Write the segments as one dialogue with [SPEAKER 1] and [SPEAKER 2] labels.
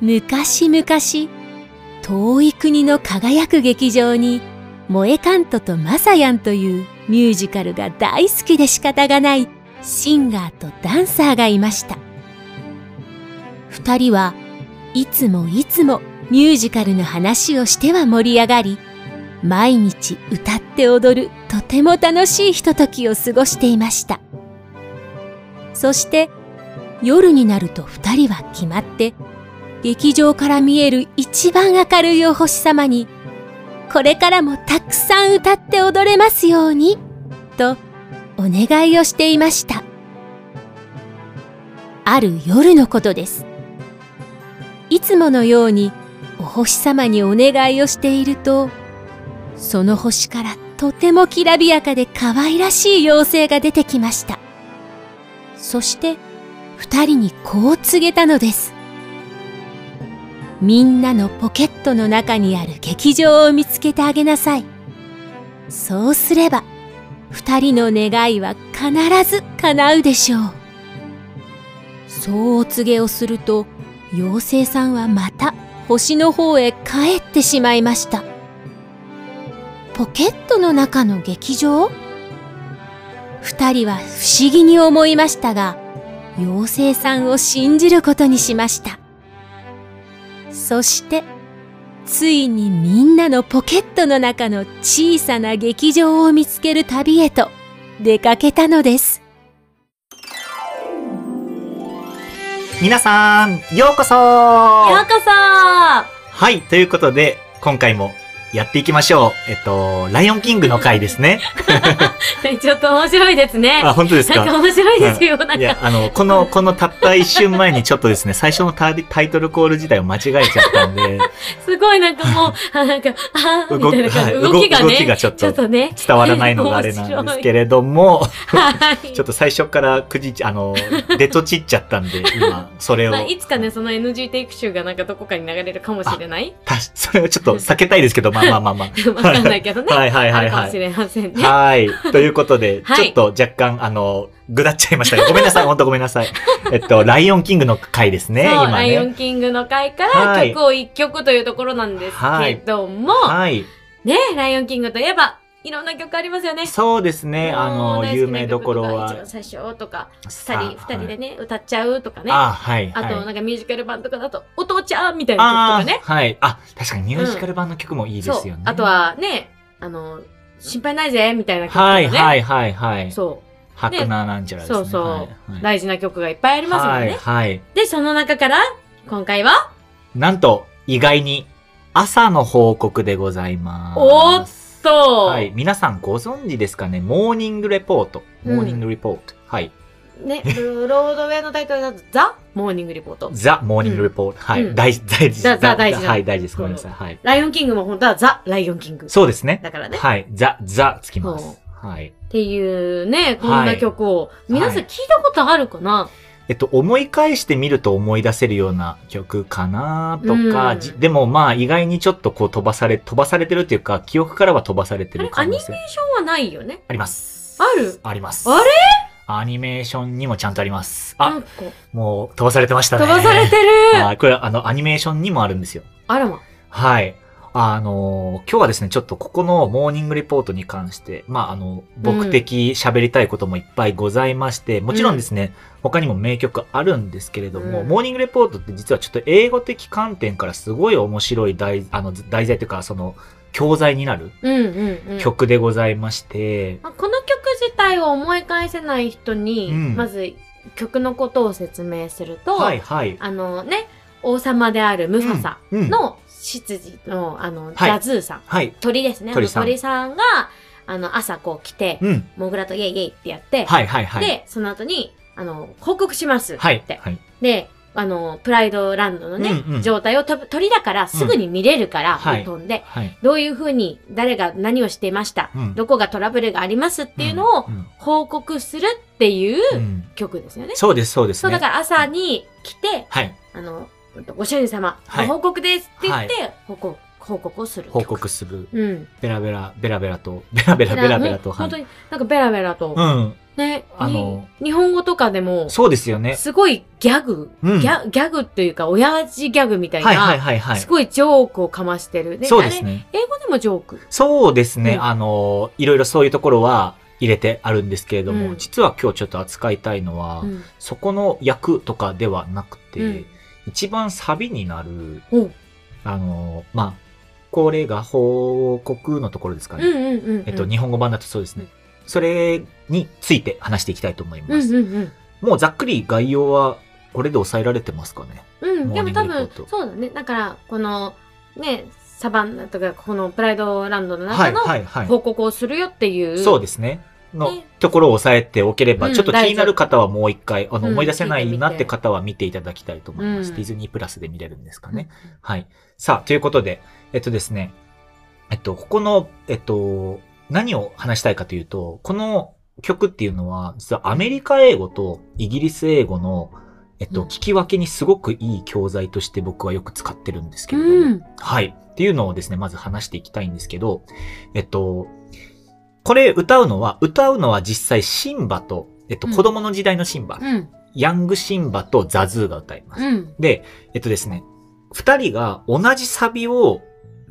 [SPEAKER 1] 昔々遠い国の輝く劇場に萌えカントとマサヤンというミュージカルが大好きで仕方がないシンガーとダンサーがいました二人はいつもいつもミュージカルの話をしては盛り上がり毎日歌って踊るとても楽しいひとときを過ごしていましたそして夜になると二人は決まって劇場から見える一番明るいお星様に、これからもたくさん歌って踊れますように、とお願いをしていました。ある夜のことです。いつものようにお星様にお願いをしていると、その星からとてもきらびやかで可愛らしい妖精が出てきました。そして二人にこう告げたのです。みんなのポケットの中にある劇場を見つけてあげなさい。そうすれば、二人の願いは必ず叶うでしょう。そうお告げをすると、妖精さんはまた星の方へ帰ってしまいました。ポケットの中の劇場二人は不思議に思いましたが、妖精さんを信じることにしました。そして、ついにみんなのポケットの中の小さな劇場を見つける旅へと出かけたのです。
[SPEAKER 2] 皆さん、ようこそ、
[SPEAKER 1] ようこそはい
[SPEAKER 2] ということで、今回もやっていきましょう。えっと、ライオンキングの回ですね。
[SPEAKER 1] ちょっと面白いですね。
[SPEAKER 2] あ、本当です
[SPEAKER 1] な
[SPEAKER 2] か。
[SPEAKER 1] んか面白いですよ。
[SPEAKER 2] いや、あの、この、このたった一瞬前にちょっとですね、最初のタイトルコール自体を間違えちゃった んで。
[SPEAKER 1] すごいなんかもう、 あなんか、あみたいな感じ動きがね、
[SPEAKER 2] 動きがちょっと伝わらないのがあれなんですけれども、 ちょっと最初からくじ、あの、出とちっちゃったんで、今、それを。
[SPEAKER 1] いつかね、その NG テイク集がなんかどこかに流れるかもしれない
[SPEAKER 2] それはちょっと避けたいですけど、まあまあまあまあ。
[SPEAKER 1] わかんないけどね。
[SPEAKER 2] はいはいはいはい。
[SPEAKER 1] かもしれませんね。
[SPEAKER 2] はい。ということで、ちょっと若干、あの、ぐだっちゃいましたごめんなさい、ほんとごめん なさい。えっと、ライオンキングの回ですね、今ね。
[SPEAKER 1] ライオンキングの回から曲を一曲というところなんですけども、はい。ね、ライオンキングといえば、いろんな曲ありますよね。
[SPEAKER 2] そうですね。あの、有名どころは。
[SPEAKER 1] 一番最初とか、二人、二人でね、歌っちゃうとかね。
[SPEAKER 2] あ、はい。
[SPEAKER 1] あと、なんかミュージカル版とかだと、お父ちゃんみたいな曲とかね。
[SPEAKER 2] はい。あ、確かにミュージカル版の曲もいいですよね。
[SPEAKER 1] あとはね、あの、心配ないぜ、みたいな曲と
[SPEAKER 2] かね。はいはいはい。
[SPEAKER 1] そう。
[SPEAKER 2] ハクナなんちゃらですね。
[SPEAKER 1] そうそう。大事な曲がいっぱいありますもんね。
[SPEAKER 2] はい。
[SPEAKER 1] で、その中から、今回は
[SPEAKER 2] なんと、意外に、朝の報告でございま
[SPEAKER 1] おっ
[SPEAKER 2] す。
[SPEAKER 1] と
[SPEAKER 2] はい。皆さんご存知ですかねモーニングレポート。モーニングレポート。はい。
[SPEAKER 1] ね、ロードウェイのタイトルだと、ザ・モーニングレポート。
[SPEAKER 2] ザ・モーニングレポート。はい。大事、大事。
[SPEAKER 1] ザ、ザ、大事。
[SPEAKER 2] はい、大事です。ごめんなさい。はい。
[SPEAKER 1] ライオンキングも本当はザ・ライオンキング。
[SPEAKER 2] そうですね。
[SPEAKER 1] だからね。
[SPEAKER 2] はい。ザ、ザ、つきます。はい。
[SPEAKER 1] っていうね、こんな曲を。はい、皆さん聞いたことあるかな、はい、
[SPEAKER 2] えっと、思い返してみると思い出せるような曲かなとか、うん、でもまあ意外にちょっとこう飛ばされ、飛ばされてるっていうか、記憶からは飛ばされてる
[SPEAKER 1] 感じ。アニメーションはないよね。
[SPEAKER 2] あります。
[SPEAKER 1] ある
[SPEAKER 2] あります。
[SPEAKER 1] あれ
[SPEAKER 2] アニメーションにもちゃんとあります。あ、もう飛ばされてましたね。
[SPEAKER 1] 飛ばされてる
[SPEAKER 2] あこれあの、アニメーションにもあるんですよ。
[SPEAKER 1] あらま。
[SPEAKER 2] はい。あのー、今日はですね、ちょっとここのモーニングレポートに関して、まあ、あの、僕的喋りたいこともいっぱいございまして、うん、もちろんですね、他にも名曲あるんですけれども、うん、モーニングレポートって実はちょっと英語的観点からすごい面白い題、あの、題材というか、その、教材になる曲でございまして、
[SPEAKER 1] この曲自体を思い返せない人に、うん、まず曲のことを説明すると、
[SPEAKER 2] はいはい、
[SPEAKER 1] あのね、王様であるムファサの執事の、あの、ジャズーさん。
[SPEAKER 2] はい。
[SPEAKER 1] 鳥ですね。
[SPEAKER 2] 鳥さ
[SPEAKER 1] ん。鳥さんが、あの、朝こう来て、
[SPEAKER 2] うん、
[SPEAKER 1] モグラとイェイイェイってやって、
[SPEAKER 2] はいはいはい。
[SPEAKER 1] で、その後に、あの、報告しますって。
[SPEAKER 2] はい。
[SPEAKER 1] はい、で、あの、プライドランドのね、うんうん、状態を鳥だからすぐに見れるから、うん、飛んで、
[SPEAKER 2] はい、
[SPEAKER 1] どういうふうに誰が何をしていました、うん、どこがトラブルがありますっていうのを報告するっていう曲ですよね。
[SPEAKER 2] そうです、そうです、
[SPEAKER 1] ね、そう、だから朝に来て、
[SPEAKER 2] はい、
[SPEAKER 1] あの、ご主人様、はい、報告ですって言って、報告
[SPEAKER 3] 報告をする曲。
[SPEAKER 2] 報告する。
[SPEAKER 3] うん。
[SPEAKER 2] ベラベラ、ベラベラと、ベラベラ、ベラベラと。
[SPEAKER 3] 本当に、なんかベラベラと。
[SPEAKER 2] うん。
[SPEAKER 3] ね、
[SPEAKER 2] あの
[SPEAKER 3] に日本語とかでも、
[SPEAKER 2] そうですよね。
[SPEAKER 3] すごいギャグ、
[SPEAKER 2] うん
[SPEAKER 3] ギャギャグっていうか、親父ギャグみたいな、
[SPEAKER 2] はいはいはいは
[SPEAKER 3] す
[SPEAKER 2] い。
[SPEAKER 3] ごいジョークをかましてる。
[SPEAKER 2] そうです
[SPEAKER 3] あれ
[SPEAKER 2] ね。
[SPEAKER 3] 英語でもジョーク。
[SPEAKER 2] そうですね。
[SPEAKER 3] うん
[SPEAKER 2] あの、いろいろそういうところは入れてあるんですけれども、
[SPEAKER 3] うん
[SPEAKER 2] 実は今日ちょっと扱いたいのは、
[SPEAKER 3] うん
[SPEAKER 2] そこの役とかではなくて、
[SPEAKER 3] うん
[SPEAKER 2] 一番サビになる、
[SPEAKER 3] おう
[SPEAKER 2] あの、まあ、これが報告のところですか
[SPEAKER 3] うん
[SPEAKER 2] ね。
[SPEAKER 3] うんうんうん。
[SPEAKER 2] えっと、日本語版だとそうですね。
[SPEAKER 3] うん
[SPEAKER 2] それについて話していきたいと思い
[SPEAKER 3] うん
[SPEAKER 2] ま
[SPEAKER 3] う
[SPEAKER 2] す。
[SPEAKER 3] んうん。
[SPEAKER 2] もうざっくり概要はこれで抑えられてますかね。
[SPEAKER 3] うん、でも多
[SPEAKER 2] モーニングリ
[SPEAKER 3] 分
[SPEAKER 2] ポート、
[SPEAKER 3] そうだね。だから、この、ね、サバンナとか、このプライドランドの中の
[SPEAKER 2] いは
[SPEAKER 3] 報告をするよっていう。
[SPEAKER 2] そうですね。の
[SPEAKER 3] ね
[SPEAKER 2] ところを押さえておければ、
[SPEAKER 3] うん
[SPEAKER 2] ちょっと気になる方はもう一回、あの、
[SPEAKER 3] うん
[SPEAKER 2] 思い出せな
[SPEAKER 3] 聞いて
[SPEAKER 2] い
[SPEAKER 3] みて
[SPEAKER 2] なって方は見ていただきたいと思います。
[SPEAKER 3] うん
[SPEAKER 2] ディズニープラスで見れるんですか
[SPEAKER 3] うん
[SPEAKER 2] ね。はい。さあ、ということで、えっとですね、えっと、ここの、えっと、何を話したいかというと、この曲っていうのは、実はアメリカ英語とイギリス英語の、えっと、
[SPEAKER 3] うん
[SPEAKER 2] 聞き分けにすごくいい教材として僕はよく使ってるんですけれども、
[SPEAKER 3] うん。
[SPEAKER 2] はい。っていうのをですね、まず話していきたいんですけど、えっと、これ歌うのは、歌うのは実際シンバと、えっと、
[SPEAKER 3] うん
[SPEAKER 2] 子供の時代のシンバ、
[SPEAKER 3] うん。
[SPEAKER 2] ヤングシンバとザズーが歌います。
[SPEAKER 3] うん。
[SPEAKER 2] で、えっとですね、二人が同じサビを、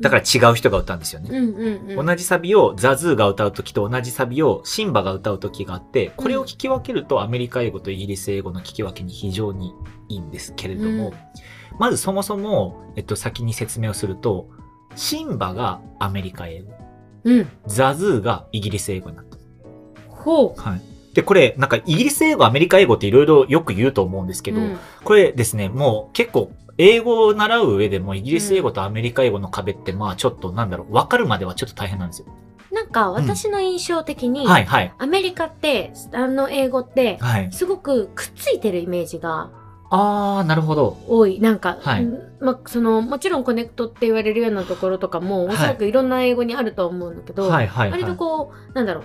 [SPEAKER 2] だから違う人が歌うんですよね。
[SPEAKER 3] うんうんうん。
[SPEAKER 2] 同じサビをザズーが歌う時と同じサビをシンバが歌う時があって、これを聞き分けるとアメリカ英語とイギリス英語の聞き分けに非常にいいんですけれども、
[SPEAKER 3] うん
[SPEAKER 2] まずそもそも、えっと、先に説明をすると、シンバがアメリカ英語、
[SPEAKER 3] うん。
[SPEAKER 2] ザズーがイギリス英語になった。
[SPEAKER 3] ほう。
[SPEAKER 2] はい。で、これ、なんかイギリス英語、アメリカ英語っていろいろよく言うと思うんですけど、
[SPEAKER 3] うん
[SPEAKER 2] これですね、もう結構、英語を習う上でも、イギリス英語とアメリカ英語の壁って、まあちょっとなんだろう、わかるまではちょっと大変なんですよ。
[SPEAKER 3] なんか、私の印象的に、
[SPEAKER 2] はいはい。
[SPEAKER 3] アメリカって、あの英語って、
[SPEAKER 2] はい。
[SPEAKER 3] すごくくっついてるイメージが
[SPEAKER 2] あー、なるほど。
[SPEAKER 3] 多い。なんか、
[SPEAKER 2] はい
[SPEAKER 3] うんまあ、その、もちろんコネクトって言われるようなところとかも、お
[SPEAKER 2] はい
[SPEAKER 3] そらくいろんな英語にあると思うんだけ
[SPEAKER 2] は
[SPEAKER 3] ど、
[SPEAKER 2] いはいはい。
[SPEAKER 3] 割とこう、なんだろう、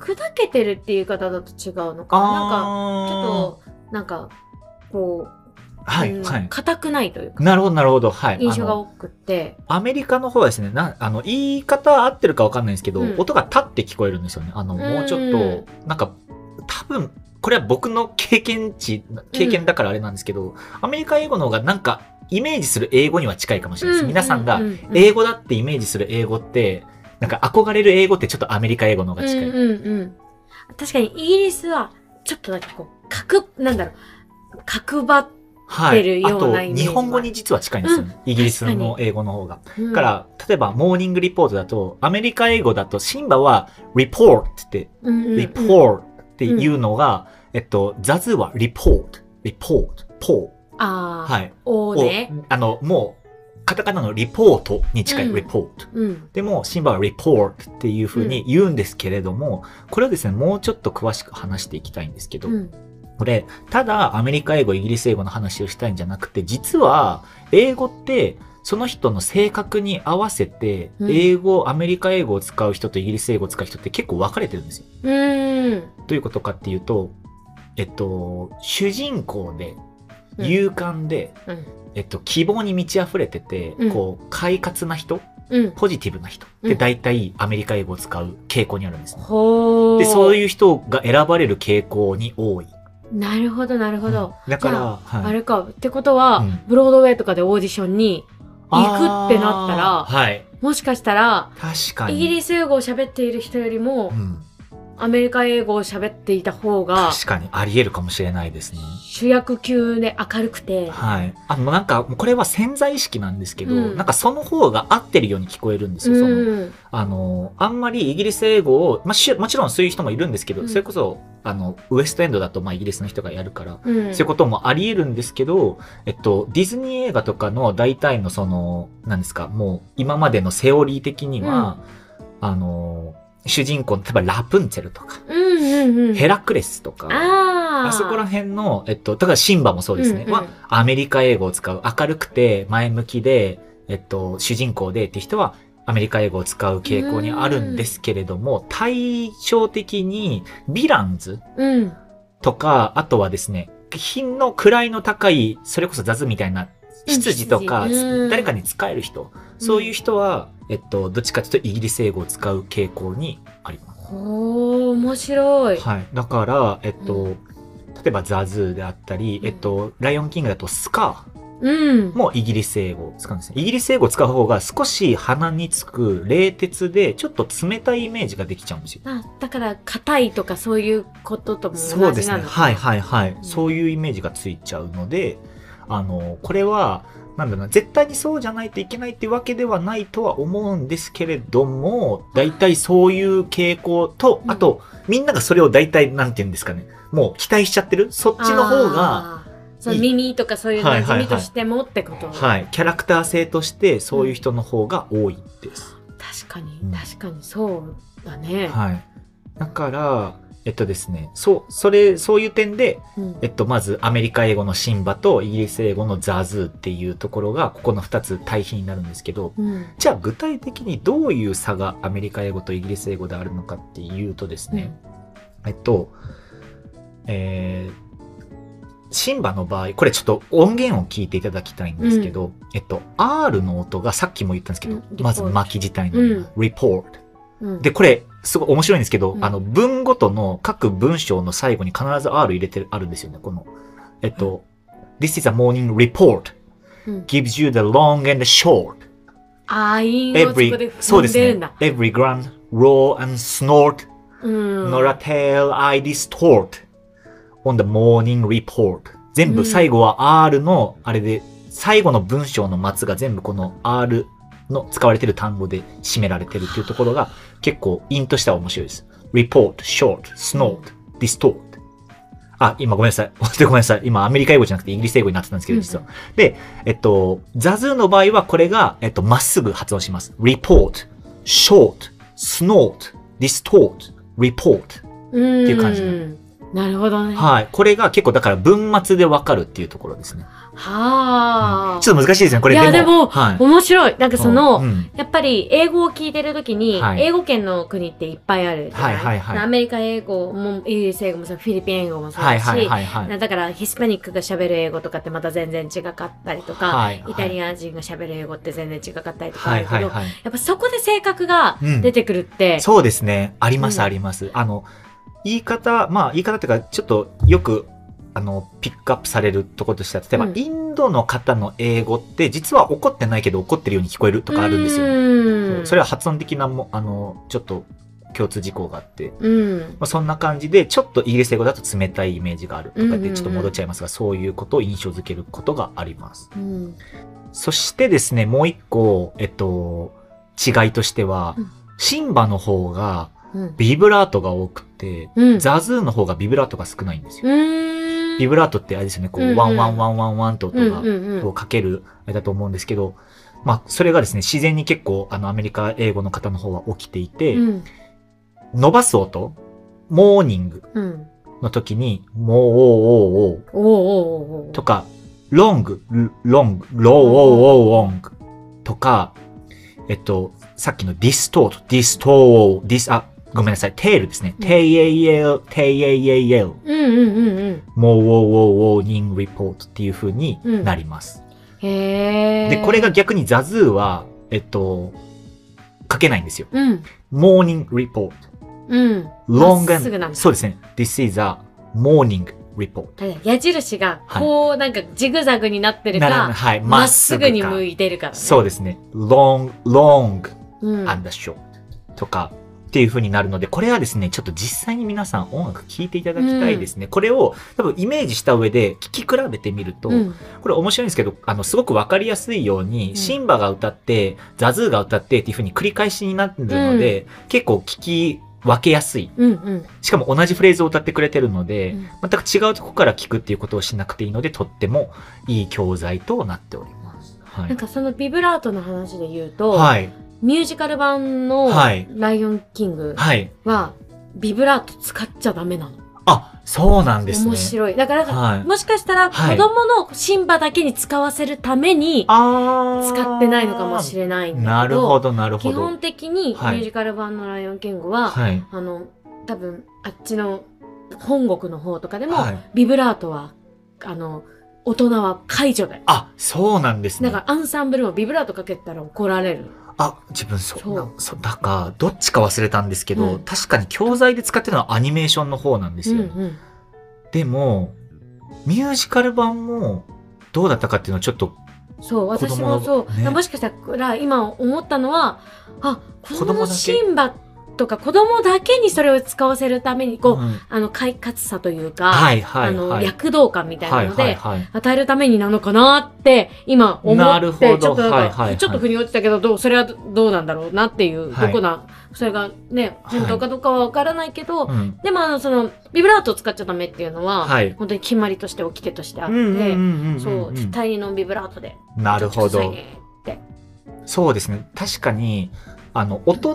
[SPEAKER 3] 砕けてるっていう言い方だと違うのかな。なんか、ちょっと、なんか、こう、
[SPEAKER 2] と、はい
[SPEAKER 3] うん
[SPEAKER 2] はい。
[SPEAKER 3] 硬くないというか、
[SPEAKER 2] なるほど、なるほど。はい。
[SPEAKER 3] 印象
[SPEAKER 2] あ
[SPEAKER 3] が
[SPEAKER 2] の
[SPEAKER 3] 多くって、
[SPEAKER 2] アメリカの方はですね、なあの、言い方合ってるかわかんないんですけど、
[SPEAKER 3] うん
[SPEAKER 2] 音が立って聞こえるんですよね。あの、
[SPEAKER 3] うん
[SPEAKER 2] もうちょっと、なんか、多分、これは僕の経験値、経験だからあれなんですけど、アメリカ英語の方がなんか、イメージする英語には近いかもしれないです。皆さんが、英語だってイメージする英語って、なんか憧れる英語ってちょっとアメリカ英語の方が近い。
[SPEAKER 3] うんうんうん。確かにイギリスは、ちょっとだけこう、角、なんだろう、角張っ
[SPEAKER 2] は
[SPEAKER 3] 出る
[SPEAKER 2] い。あ
[SPEAKER 3] よう
[SPEAKER 2] と、
[SPEAKER 3] なイメージ
[SPEAKER 2] 日本語に実は近いんですよね。イギリスの英語の方が。
[SPEAKER 3] うん
[SPEAKER 2] だか、ら、例えば、モーニングリポートだと、アメリカ英語だと、シンバは、リポートって、
[SPEAKER 3] うんうん
[SPEAKER 2] リポートっていうのが、えっと、ザズは、リポート、リポート、ポー。
[SPEAKER 3] ああ、
[SPEAKER 2] はい。
[SPEAKER 3] おーね。
[SPEAKER 2] をあの、もう、カタカナのリポートに近
[SPEAKER 3] う
[SPEAKER 2] い、
[SPEAKER 3] ん
[SPEAKER 2] リポート。
[SPEAKER 3] うん。
[SPEAKER 2] でも、シンバはリポートっていう風に言うんですけれども、これをですね、もうちょっと詳しく話していきたいんですけど
[SPEAKER 3] う、ん。
[SPEAKER 2] これ、ただアメリカ英語、イギリス英語の話をしたいんじゃなくて、実は、英語って、その人の性格に合わせて、
[SPEAKER 3] うん
[SPEAKER 2] 英語、アメリカ英語を使う人とイギリス英語を使う人って結構分かれてるんですよ。
[SPEAKER 3] うーん。
[SPEAKER 2] どういうことかっていうと、えっと、主人公で、
[SPEAKER 3] うん
[SPEAKER 2] 勇敢で、
[SPEAKER 3] うん
[SPEAKER 2] えっと、希望に満ち溢れてて、
[SPEAKER 3] うん
[SPEAKER 2] こう、快活な人、
[SPEAKER 3] うん。
[SPEAKER 2] ポジティブな人っ
[SPEAKER 3] う
[SPEAKER 2] て
[SPEAKER 3] ん
[SPEAKER 2] 大体アメリカ英語を使う傾向にあるんですね。
[SPEAKER 3] ほー。
[SPEAKER 2] で、そう
[SPEAKER 3] う。
[SPEAKER 2] いう人が選ばれる傾向に多い。
[SPEAKER 3] なるほど、なるほど。
[SPEAKER 2] うんだから、
[SPEAKER 3] じゃ
[SPEAKER 2] はい
[SPEAKER 3] あれか。ってことは、
[SPEAKER 2] うん
[SPEAKER 3] ブロードウェイとかでオーディションに、行
[SPEAKER 2] あー
[SPEAKER 3] くってなったら
[SPEAKER 2] はい。
[SPEAKER 3] もしかしたら、
[SPEAKER 2] 確か
[SPEAKER 3] イ
[SPEAKER 2] に。
[SPEAKER 3] ギリス英語を喋っている人よりも
[SPEAKER 2] う、ん。
[SPEAKER 3] アメリカ英語を喋っていた方が、
[SPEAKER 2] 確かに、あり得るかもしれないですね。
[SPEAKER 3] 主役級で明るくて、
[SPEAKER 2] はい。あの、なんか、これは潜在意識なんですけど、
[SPEAKER 3] うん
[SPEAKER 2] なんかその方が合ってるように聞こえるんですよ。その、
[SPEAKER 3] うん。
[SPEAKER 2] あの、あんまりイギリス英語を、まあ、しゅもちろんそういう人もいるんですけど、
[SPEAKER 3] うん
[SPEAKER 2] それこそ、あの、ウエストエンドだと、まあ、イギリスの人がやるから、
[SPEAKER 3] うん
[SPEAKER 2] そういうこともあり得るんですけど、えっと、ディズニー映画とかの大体のその、なんですか、もう今までのセオリー的には、あの、主人公の、例えばラプンツェルとか、
[SPEAKER 3] うんうんうん。
[SPEAKER 2] ヘラクレスとか、
[SPEAKER 3] ああ。
[SPEAKER 2] あそこら辺の、えっと、だからシンバもそうですね、
[SPEAKER 3] うんうん
[SPEAKER 2] はアメリカ英語を使う、明るくて前向きで、えっと、主人公でって人は、アメリカ英語を使う傾向にあるんですけれども、対照的に、ヴィランズ
[SPEAKER 3] うん。
[SPEAKER 2] とか、あとはですね、品の位の高い、それこそ雑みたいな執事とか、
[SPEAKER 3] 執事うん
[SPEAKER 2] 誰かに使える人、そういう人は、えっと、どっちかというとイギリス英語を使う傾向にあります。
[SPEAKER 3] おー、面白い。
[SPEAKER 2] はい。だから、えっと、
[SPEAKER 3] う
[SPEAKER 2] 例えばザズーであったり、
[SPEAKER 3] うん
[SPEAKER 2] えっと、ライオンキングだとスカ
[SPEAKER 3] うん
[SPEAKER 2] ー。もイギリス英語を使うんですね。イギリス英語を使う方が少し鼻につく冷徹で、ちょっと冷たいイメージができちゃうんですよ。
[SPEAKER 3] あだから、硬いとかそういうこととも同じ
[SPEAKER 2] そ
[SPEAKER 3] な
[SPEAKER 2] う
[SPEAKER 3] の
[SPEAKER 2] ですね。はい
[SPEAKER 3] い。
[SPEAKER 2] はいはい。
[SPEAKER 3] ん
[SPEAKER 2] そういうイメージがついちゃうので、あの、これは、なんだろうな、絶対にそうじゃないといけないってわけではないとは思うんですけれども、大体そういう傾向と、
[SPEAKER 3] うん
[SPEAKER 2] あと、みんながそれを大体、なんて言うんですかね、もう期待しちゃってるそっちの方が、
[SPEAKER 3] あー。その耳とかそういうの
[SPEAKER 2] はいはいはい
[SPEAKER 3] 馴染みとしてもってこと。
[SPEAKER 2] はい、キャラクター性としてそういう人の方が多いです。
[SPEAKER 3] 確かに
[SPEAKER 2] うん、
[SPEAKER 3] 確かにそうだね。
[SPEAKER 2] はい。だから、えっとですね、そう、それ、そういう点で、
[SPEAKER 3] うん
[SPEAKER 2] えっと、まずアメリカ英語のシンバとイギリス英語のザズーっていうところがここの2つ対比になるんですけど
[SPEAKER 3] うん。
[SPEAKER 2] じゃあ具体的にどういう差がアメリカ英語とイギリス英語であるのかっていうとですね、えっと、えーシンバの場合これちょっと音源を聞いていただきたいんですけど、えっと R の音がさっきも言ったんですけど、
[SPEAKER 3] うん
[SPEAKER 2] まず巻き自体の、
[SPEAKER 3] う
[SPEAKER 2] report
[SPEAKER 3] うん。
[SPEAKER 2] で、これ、すごい面白いんですけど、
[SPEAKER 3] うん
[SPEAKER 2] あの、文ごとの各文章の最後に必ず R 入れてる、あるんですよね。この、えっと、This is a morning report.
[SPEAKER 3] うん、
[SPEAKER 2] Gives you the long and the short.
[SPEAKER 3] あー、いいよ、そこ
[SPEAKER 2] Every,
[SPEAKER 3] で
[SPEAKER 2] そうで
[SPEAKER 3] 踏ん
[SPEAKER 2] す
[SPEAKER 3] でる
[SPEAKER 2] ね
[SPEAKER 3] んだ。。
[SPEAKER 2] Every grunt, roar and snort,
[SPEAKER 3] うん。
[SPEAKER 2] nor a tail I distort on the morning report. 全
[SPEAKER 3] う
[SPEAKER 2] 部
[SPEAKER 3] ん
[SPEAKER 2] 最後は R の、あれで、最後の文章の末が全部この R の使われてる単語で締められてるっていうところが結構ンとしては面白いです。report, short, snort, distort. あ、今ごめんなさい。 本当にごめんなさい。今アメリカ英語じゃなくてイギリス英語になってたんですけど、実は。で、えっと、ザズーの場合はこれが、えっと、まっすぐ発音します。report, short, snort, distort, report.
[SPEAKER 3] て
[SPEAKER 2] て
[SPEAKER 3] い
[SPEAKER 2] いう感じ
[SPEAKER 3] なるほどね。は
[SPEAKER 2] はい。これが結構だから文末でわかるっていうところですね。
[SPEAKER 3] あ。
[SPEAKER 2] ちょっと難しいですね。これ
[SPEAKER 3] い
[SPEAKER 2] でも。
[SPEAKER 3] やでも
[SPEAKER 2] はい。
[SPEAKER 3] 面白い。なんかその、
[SPEAKER 2] うん
[SPEAKER 3] やっぱり英語を聞いてるときに、
[SPEAKER 2] はい
[SPEAKER 3] 英語圏の国っていっぱいあるじゃな
[SPEAKER 2] はいはいはい
[SPEAKER 3] アメリカ英語も、イギリス英語もそう、フィリピン英語もそう
[SPEAKER 2] はい
[SPEAKER 3] だし、
[SPEAKER 2] はいはいはい。
[SPEAKER 3] なだからヒスパニックが喋る英語とかってまた全然違かったりとか、
[SPEAKER 2] はいはい
[SPEAKER 3] イタリア人が喋る英語って全然違かったりとかあ
[SPEAKER 2] は
[SPEAKER 3] る
[SPEAKER 2] い
[SPEAKER 3] けど、
[SPEAKER 2] はいはい。
[SPEAKER 3] やっぱそこで性格が
[SPEAKER 2] うん
[SPEAKER 3] 出てくるって、
[SPEAKER 2] そうですね。ありま
[SPEAKER 3] う
[SPEAKER 2] す、
[SPEAKER 3] ん
[SPEAKER 2] あります。あの、言い方、まあ、言い方っていうか、ちょっとよく、あの、ピックアップされるところとしては、例えば、
[SPEAKER 3] うん
[SPEAKER 2] インドの方の英語って、実は怒ってないけど怒ってるように聞こえるとかあるんですよね。
[SPEAKER 3] う
[SPEAKER 2] そうそれ
[SPEAKER 3] は、
[SPEAKER 2] は発音的なも、あの、ちょっと共通事項があって、
[SPEAKER 3] うん
[SPEAKER 2] ま。あ、そんな感じで、ちょっとイギリス英語だと冷たいイメージがあると
[SPEAKER 3] うん
[SPEAKER 2] か
[SPEAKER 3] うんう
[SPEAKER 2] で、
[SPEAKER 3] ん
[SPEAKER 2] ちょっと戻っちゃいますが、そういうことを印象づけることがあります。
[SPEAKER 3] うん
[SPEAKER 2] そしてですね、もう一個、えっと、違いとしては
[SPEAKER 3] うん、
[SPEAKER 2] シンバの方が、
[SPEAKER 3] うん
[SPEAKER 2] ビブラートが多くて、
[SPEAKER 3] うん
[SPEAKER 2] ザズーの方がビブラートが少ないんですよ。
[SPEAKER 3] うーん
[SPEAKER 2] ビブラートってあれですよね、こ
[SPEAKER 3] うんう
[SPEAKER 2] う、
[SPEAKER 3] ん
[SPEAKER 2] ワンワンワンワンワンと音が
[SPEAKER 3] うんうんうん
[SPEAKER 2] こうかけるあれだと思うんですけど、まあ、それがですね、自然に結構、あの、アメリカ英語の方の方は起きていて、
[SPEAKER 3] うん
[SPEAKER 2] 伸ばす音、モーニング
[SPEAKER 3] うん
[SPEAKER 2] の時に、もう、おうおうおう
[SPEAKER 3] おうおうおうおう
[SPEAKER 2] とか、ロング、ロング、ローおうおうおングとか、えっと、さっきのディストート、ディストー、ディス、あ、ごめんなさい、テールですね。
[SPEAKER 3] うん
[SPEAKER 2] テイエイエル、テイエイエイエル、
[SPEAKER 3] うんうんうんうん
[SPEAKER 2] もうおうおうおうニングリポートっていう風になります。
[SPEAKER 3] へえ。
[SPEAKER 2] で、これが、逆にザズーは、えっと、書けないんですよ。
[SPEAKER 3] うん、
[SPEAKER 2] モーニングリポート。
[SPEAKER 3] うん。
[SPEAKER 2] ロン
[SPEAKER 3] まっすぐな
[SPEAKER 2] and,
[SPEAKER 3] んだ
[SPEAKER 2] そうですね。This is a morning report.
[SPEAKER 3] あれ矢印が、
[SPEAKER 2] はい
[SPEAKER 3] こう、なんか、ジグザグになってる
[SPEAKER 2] なら
[SPEAKER 3] か、
[SPEAKER 2] はい、
[SPEAKER 3] まっすぐに
[SPEAKER 2] か
[SPEAKER 3] 向いてるからね。
[SPEAKER 2] そうですね。long, long
[SPEAKER 3] うん。
[SPEAKER 2] and short とかっていう風になるので、これはですね、ちょっと実際に皆さん音楽聴いていただきたいですね。これを多分イメージした上で聴き比べてみると、
[SPEAKER 3] うん
[SPEAKER 2] これ面白いんですけど、あの、すごくわかりやすいように、
[SPEAKER 3] ん
[SPEAKER 2] シンバが歌って、ザズーが歌ってっていう風に繰り返しになってるので、結構聞き分けやすい。
[SPEAKER 3] うんうん。
[SPEAKER 2] しかも同じフレーズを歌ってくれてるので、
[SPEAKER 3] うん
[SPEAKER 2] 全く違うとこから聞くっていうことをしなくていいので、とってもいい教材となっております。は
[SPEAKER 3] なん
[SPEAKER 2] い。
[SPEAKER 3] か、そのビブラートの話で言うと、
[SPEAKER 2] はい。
[SPEAKER 3] ミュージカル版の
[SPEAKER 2] はい
[SPEAKER 3] ライオンキング
[SPEAKER 2] はい。
[SPEAKER 3] は、ビブラート使っちゃダメなの。
[SPEAKER 2] あ、そうなんですね。
[SPEAKER 3] 面白い。だから、
[SPEAKER 2] はい。
[SPEAKER 3] もしかしたら、子
[SPEAKER 2] はい
[SPEAKER 3] 供のシンバだけに使わせるために、
[SPEAKER 2] あー
[SPEAKER 3] 使ってないのかもしれないんだけど、
[SPEAKER 2] なるほど、なるほ
[SPEAKER 3] 基
[SPEAKER 2] ど
[SPEAKER 3] 本。的にミュ
[SPEAKER 2] はい
[SPEAKER 3] ージカル版のライオンキングは、
[SPEAKER 2] はい。
[SPEAKER 3] あの、多分、あっちの本国の方とかでも、
[SPEAKER 2] はい。
[SPEAKER 3] ビブラートは、あの、大人は解除だよ。
[SPEAKER 2] あ、そうなんです
[SPEAKER 3] な
[SPEAKER 2] ね
[SPEAKER 3] ん。かアンサンブルもビブラートかけたら怒られる。
[SPEAKER 2] あ、自分そう。
[SPEAKER 3] そう
[SPEAKER 2] なそうだから、どっちか忘れたんですけど、
[SPEAKER 3] うん
[SPEAKER 2] 確かに教材で使ってるのはアニメーションの方なんですよ。
[SPEAKER 3] うん
[SPEAKER 2] でも、ミュージカル版もどうだったかっていうのはちょっと、
[SPEAKER 3] そう、
[SPEAKER 2] 子
[SPEAKER 3] 私
[SPEAKER 2] 供の
[SPEAKER 3] もそう。
[SPEAKER 2] ね
[SPEAKER 3] もしかしたら今思ったのは、あ、子
[SPEAKER 2] 子供
[SPEAKER 3] 供
[SPEAKER 2] だ
[SPEAKER 3] の
[SPEAKER 2] け
[SPEAKER 3] シンバとか子供だけにそれを使わせるために、こう、
[SPEAKER 2] うん
[SPEAKER 3] あの、快活さというか、
[SPEAKER 2] はいはいはい。
[SPEAKER 3] あの、躍動感みたいなので、
[SPEAKER 2] はいはいはい。
[SPEAKER 3] 与えるためになのかなって今思
[SPEAKER 2] なる
[SPEAKER 3] っ
[SPEAKER 2] ほど
[SPEAKER 3] てちょっとなんか、
[SPEAKER 2] はいはいはい
[SPEAKER 3] ちょっと腑に落ちたけどどうそれはどうなんだろうなっていう、
[SPEAKER 2] はい
[SPEAKER 3] どこなそれがね本当かどうかはわからないけど、
[SPEAKER 2] うん。
[SPEAKER 3] でもあのそのビブラートを使っちゃダメっていうのは、
[SPEAKER 2] はい
[SPEAKER 3] 本当に決まりとして掟としてあっ
[SPEAKER 2] う
[SPEAKER 3] て、
[SPEAKER 2] んうんうんうん
[SPEAKER 3] そう絶対にノンビブラートで
[SPEAKER 2] なるほ
[SPEAKER 3] ちょっと
[SPEAKER 2] ど
[SPEAKER 3] 臭い。ね
[SPEAKER 2] そうですね。確かに、あの、大人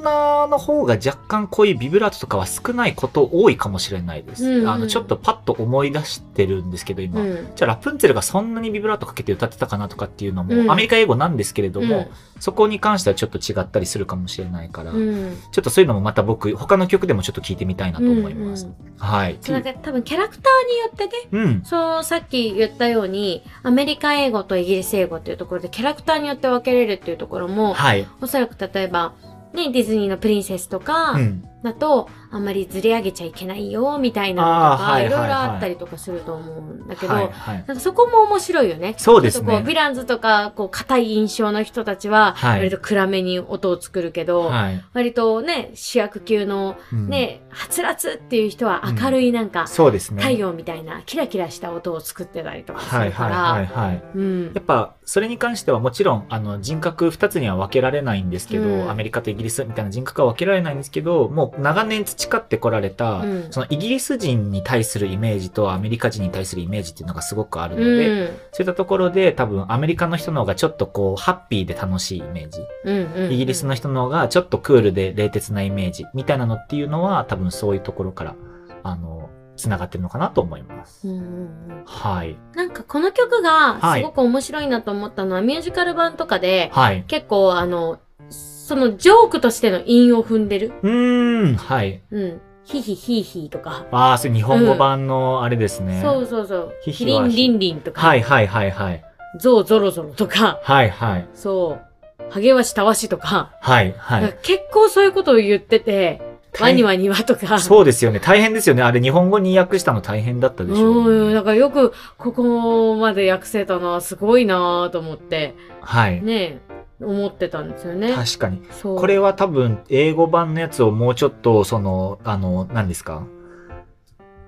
[SPEAKER 2] の方が若干こういうビブラートとかは少ないこと多いかもしれないです。
[SPEAKER 3] うんうん
[SPEAKER 2] あの、ちょっとパッと思い出してるんですけど、今。
[SPEAKER 3] うん
[SPEAKER 2] じゃあ、ラプンツェルがそんなにビブラートかけて歌ってたかなとかっていうのも、
[SPEAKER 3] うん
[SPEAKER 2] アメリカ英語なんですけれども、
[SPEAKER 3] うん
[SPEAKER 2] そこに関してはちょっと違ったりするかもしれないから、
[SPEAKER 3] うん
[SPEAKER 2] ちょっとそういうのもまた僕、他の曲でもちょっと聞いてみたいなと思います。
[SPEAKER 3] うんうん
[SPEAKER 2] はい。
[SPEAKER 3] そうなんか多分キャラクターによってね
[SPEAKER 2] うん。
[SPEAKER 3] そう、さっき言ったように、アメリカ英語とイギリス英語っていうところで、キャラクターによって分けれるっていうところも、
[SPEAKER 2] はい。
[SPEAKER 3] おそらく例えば、ね、ディズニーのプリンセスとか
[SPEAKER 2] うん。
[SPEAKER 3] だと、あんまりずり上げちゃいけないよ、みたいなのと
[SPEAKER 2] あー
[SPEAKER 3] か、
[SPEAKER 2] はい
[SPEAKER 3] い
[SPEAKER 2] はい
[SPEAKER 3] ろ
[SPEAKER 2] はい
[SPEAKER 3] いろあったりとかすると思うんだけど、
[SPEAKER 2] はい。はい。
[SPEAKER 3] なんかそこも面白いよね。
[SPEAKER 2] そうですね
[SPEAKER 3] ちょっとこう、ヴィランズとか、こう、硬い印象の人たちは、
[SPEAKER 2] はい
[SPEAKER 3] 割と暗めに音を作るけど、
[SPEAKER 2] はい。
[SPEAKER 3] 割とね、主役級の
[SPEAKER 2] うん、
[SPEAKER 3] ね、はつらつっていう人は明るいなんか、
[SPEAKER 2] そうですね。
[SPEAKER 3] 太陽みたいなキラキラした音を作ってたりとかす
[SPEAKER 2] はい
[SPEAKER 3] るか
[SPEAKER 2] はい
[SPEAKER 3] ら、
[SPEAKER 2] はいはい。
[SPEAKER 3] うん
[SPEAKER 2] やっぱそれに関してはもちろんあの人格2つには分けられないんですけど、
[SPEAKER 3] うん
[SPEAKER 2] アメリカとイギリスみたいな人格は分けられないんですけどもう長年培ってこられた、
[SPEAKER 3] うん
[SPEAKER 2] そのイギリス人に対するイメージとアメリカ人に対するイメージっていうのがすごくあるので、
[SPEAKER 3] うん
[SPEAKER 2] そういったところで多分アメリカの人の方がちょっとこうハッピーで楽しいイメージ、
[SPEAKER 3] うんうん
[SPEAKER 2] イギリスの人の方がちょっとクールで冷徹なイメージみたいなのっていうのは多分そういうところからあの繋がってるのかなと思います。
[SPEAKER 3] うんうんうん
[SPEAKER 2] はい。
[SPEAKER 3] なんかこの曲が
[SPEAKER 2] はい
[SPEAKER 3] すごく面白いなと思ったのは、ミュージカル版とかで
[SPEAKER 2] はい。
[SPEAKER 3] 結構あのそのジョークとしての韻を踏んでる、
[SPEAKER 2] うーん、はい。
[SPEAKER 3] うん、ヒヒヒーヒーとか、
[SPEAKER 2] ああ、それ日本語版のあれですね。
[SPEAKER 3] そうそうそう
[SPEAKER 2] ヒヒ
[SPEAKER 3] ヒ
[SPEAKER 2] は
[SPEAKER 3] リ
[SPEAKER 2] ヒ
[SPEAKER 3] ンリンリンとか、
[SPEAKER 2] はいはいはいはい。
[SPEAKER 3] ゾウゾロゾロとか
[SPEAKER 2] はいはい。
[SPEAKER 3] そうハゲワシタワシとか,、
[SPEAKER 2] はいはい。
[SPEAKER 3] 結構そういうことを言っててワニワニワとか
[SPEAKER 2] そうですよね。大変ですよね。あれ日本語に訳したの大変だったでしょう
[SPEAKER 3] う
[SPEAKER 2] ね、
[SPEAKER 3] ん、なんかよくここまで訳せたな、すごいなと思って、
[SPEAKER 2] はい。
[SPEAKER 3] ねえ、思ってたんですよね。
[SPEAKER 2] 確かに。
[SPEAKER 3] そう。
[SPEAKER 2] これは多分、英語版のやつをもうちょっと、その、あの、何ですか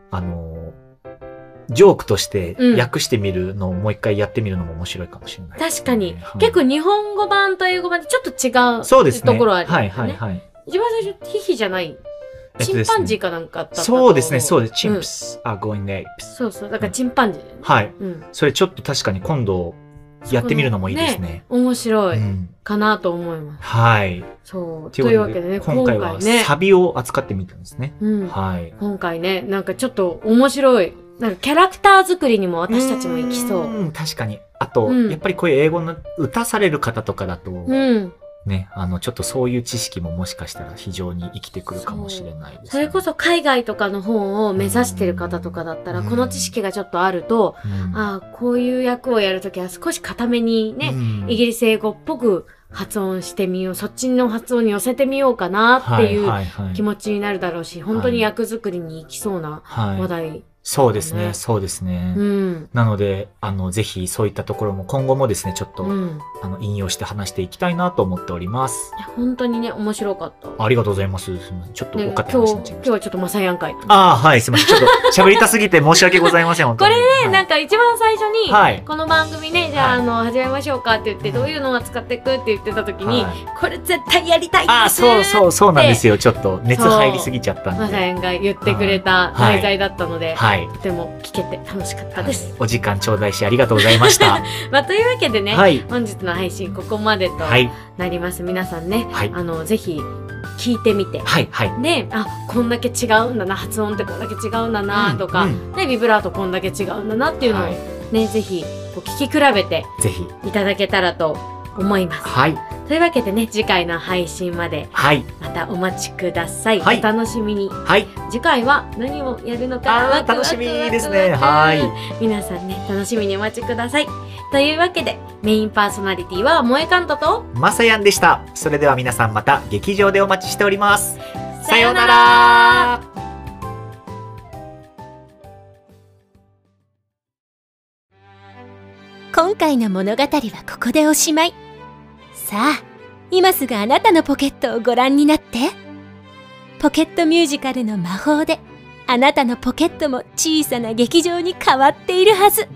[SPEAKER 2] あの、ジョークとして
[SPEAKER 3] うん
[SPEAKER 2] 訳してみるのをもう一回やってみるのも面白いかもしれないで
[SPEAKER 3] 確
[SPEAKER 2] すね、
[SPEAKER 3] かに、
[SPEAKER 2] はい
[SPEAKER 3] 結構日本語版と英語版でちょっと違う
[SPEAKER 2] そうですね。
[SPEAKER 3] ところはあるよ
[SPEAKER 2] は
[SPEAKER 3] ね
[SPEAKER 2] いはいはい。
[SPEAKER 3] 一番最初、ヒヒじゃない、
[SPEAKER 2] えっと
[SPEAKER 3] チ
[SPEAKER 2] で
[SPEAKER 3] ン
[SPEAKER 2] すね
[SPEAKER 3] パンジーかなんかだった
[SPEAKER 2] そうですね、そうです。
[SPEAKER 3] うん
[SPEAKER 2] chimps are going apes.
[SPEAKER 3] そうそう、だからチンパンジーだよね。
[SPEAKER 2] はい。
[SPEAKER 3] うん。
[SPEAKER 2] それちょっと確かに今度やってみるのもいいですね。
[SPEAKER 3] 面白い
[SPEAKER 2] うん
[SPEAKER 3] かなと思います。
[SPEAKER 2] はい。
[SPEAKER 3] そう。
[SPEAKER 2] と
[SPEAKER 3] と
[SPEAKER 2] い
[SPEAKER 3] いうう
[SPEAKER 2] わ
[SPEAKER 3] わ
[SPEAKER 2] け
[SPEAKER 3] け
[SPEAKER 2] で
[SPEAKER 3] でね、
[SPEAKER 2] 今
[SPEAKER 3] 今
[SPEAKER 2] 回
[SPEAKER 3] 回
[SPEAKER 2] は
[SPEAKER 3] ね、
[SPEAKER 2] サビを扱ってみたんですね。
[SPEAKER 3] うん、
[SPEAKER 2] はい。
[SPEAKER 3] 今回ね、なんかちょっと面白い。なんかキャラクター作りにも私たちも行きそうう。
[SPEAKER 2] ん。確かに。あと、
[SPEAKER 3] うん
[SPEAKER 2] やっぱりこういう英語の歌される方とかだと、
[SPEAKER 3] うん。
[SPEAKER 2] ね、あの、ちょっとそういう知識ももしかしたら非常に生きてくるかもしれないです、ね。
[SPEAKER 3] それこ、そ海外とかの方を目指してる方とかだったら、
[SPEAKER 2] うん
[SPEAKER 3] この知識がちょっとあると、
[SPEAKER 2] うん、
[SPEAKER 3] ああ、こういう役をやるときは少し固めにね、
[SPEAKER 2] うん
[SPEAKER 3] イギリス英語っぽく発音してみよう、そっちの発音に寄せてみようかなっていう
[SPEAKER 2] はいはいはい
[SPEAKER 3] 気持ちになるだろうし、本当に役作りに行きそうな
[SPEAKER 2] はい
[SPEAKER 3] 話題。
[SPEAKER 2] そうです
[SPEAKER 3] だ
[SPEAKER 2] ね、
[SPEAKER 3] ね
[SPEAKER 2] そうですね。
[SPEAKER 3] うん。
[SPEAKER 2] なので、あの、ぜひそういったところも今後もですね、ちょっと、
[SPEAKER 3] うん。い
[SPEAKER 2] あの、引用して話していきたいなと思っております。
[SPEAKER 3] や本当にね、面白かった。
[SPEAKER 2] ありがとうございます。すみませんちょっと
[SPEAKER 3] ね
[SPEAKER 2] お
[SPEAKER 3] 今
[SPEAKER 2] 堅い
[SPEAKER 3] 日、今
[SPEAKER 2] 話になっちゃいまし
[SPEAKER 3] 日
[SPEAKER 2] た。
[SPEAKER 3] はちょっとマサヤン会。
[SPEAKER 2] ああ、はい、すみません。ちょっと喋りたすぎて申し訳ございません、本当
[SPEAKER 3] こ
[SPEAKER 2] に。
[SPEAKER 3] れね、なんか一番最初に、
[SPEAKER 2] はい
[SPEAKER 3] この番組ね、じゃ
[SPEAKER 2] は
[SPEAKER 3] あ、
[SPEAKER 2] い
[SPEAKER 3] あの、始めましょうかって言って、
[SPEAKER 2] うん
[SPEAKER 3] どういうのを使っていくって言ってた時に、
[SPEAKER 2] はい
[SPEAKER 3] これ絶対やりたい
[SPEAKER 2] ああ、
[SPEAKER 3] です
[SPEAKER 2] そうそう、そうなんですよ。ちょっと熱入りすぎちゃった
[SPEAKER 3] マ
[SPEAKER 2] ん
[SPEAKER 3] サ
[SPEAKER 2] で。
[SPEAKER 3] ヤンが言ってくれた
[SPEAKER 2] はい
[SPEAKER 3] 題材だったので、
[SPEAKER 2] はい。
[SPEAKER 3] とても聞けて楽しかったです。
[SPEAKER 2] お時間頂戴しありがとうございま した。
[SPEAKER 3] まあ、というわけでね、
[SPEAKER 2] はい。
[SPEAKER 3] 本日の配信ここまでと
[SPEAKER 2] はい。
[SPEAKER 3] なります。皆さんね、
[SPEAKER 2] はい。
[SPEAKER 3] あの、ぜひ聞いてみて。
[SPEAKER 2] はい。はい。
[SPEAKER 3] で、あ、こんだけ違うんだな、発音ってこんだけ違うんだな、とか、
[SPEAKER 2] うんうん
[SPEAKER 3] で、ビブラートこんだけ違うんだなっていうのを
[SPEAKER 2] は
[SPEAKER 3] ね、
[SPEAKER 2] い
[SPEAKER 3] ぜひ、こう聞き比べて
[SPEAKER 2] ぜひ。
[SPEAKER 3] いただけたらと思います。
[SPEAKER 2] はい。
[SPEAKER 3] とというわけでね、次回の配信まで
[SPEAKER 2] はい。
[SPEAKER 3] またお待ちください。
[SPEAKER 2] はい
[SPEAKER 3] お楽しみに。
[SPEAKER 2] はい。
[SPEAKER 3] 次回は何をやるのか
[SPEAKER 2] あー
[SPEAKER 3] ワクワク
[SPEAKER 2] 楽しみです
[SPEAKER 3] ワ
[SPEAKER 2] ね。
[SPEAKER 3] クワ
[SPEAKER 2] は
[SPEAKER 3] ク
[SPEAKER 2] い。
[SPEAKER 3] 皆さんね、楽しみにお待ちください。というわけで、メインパーソナリティは萌えかんとと、
[SPEAKER 2] まさやんでした。それでは皆さんまた劇場でお待ちしております。
[SPEAKER 3] さようなら
[SPEAKER 2] ら。
[SPEAKER 1] 今回の物語はここでおしまい。さあ、今すぐあなたのポケットをご覧になって。ポケットミュージカルの魔法で、あなたのポケットも小さな劇場に変わっているはず。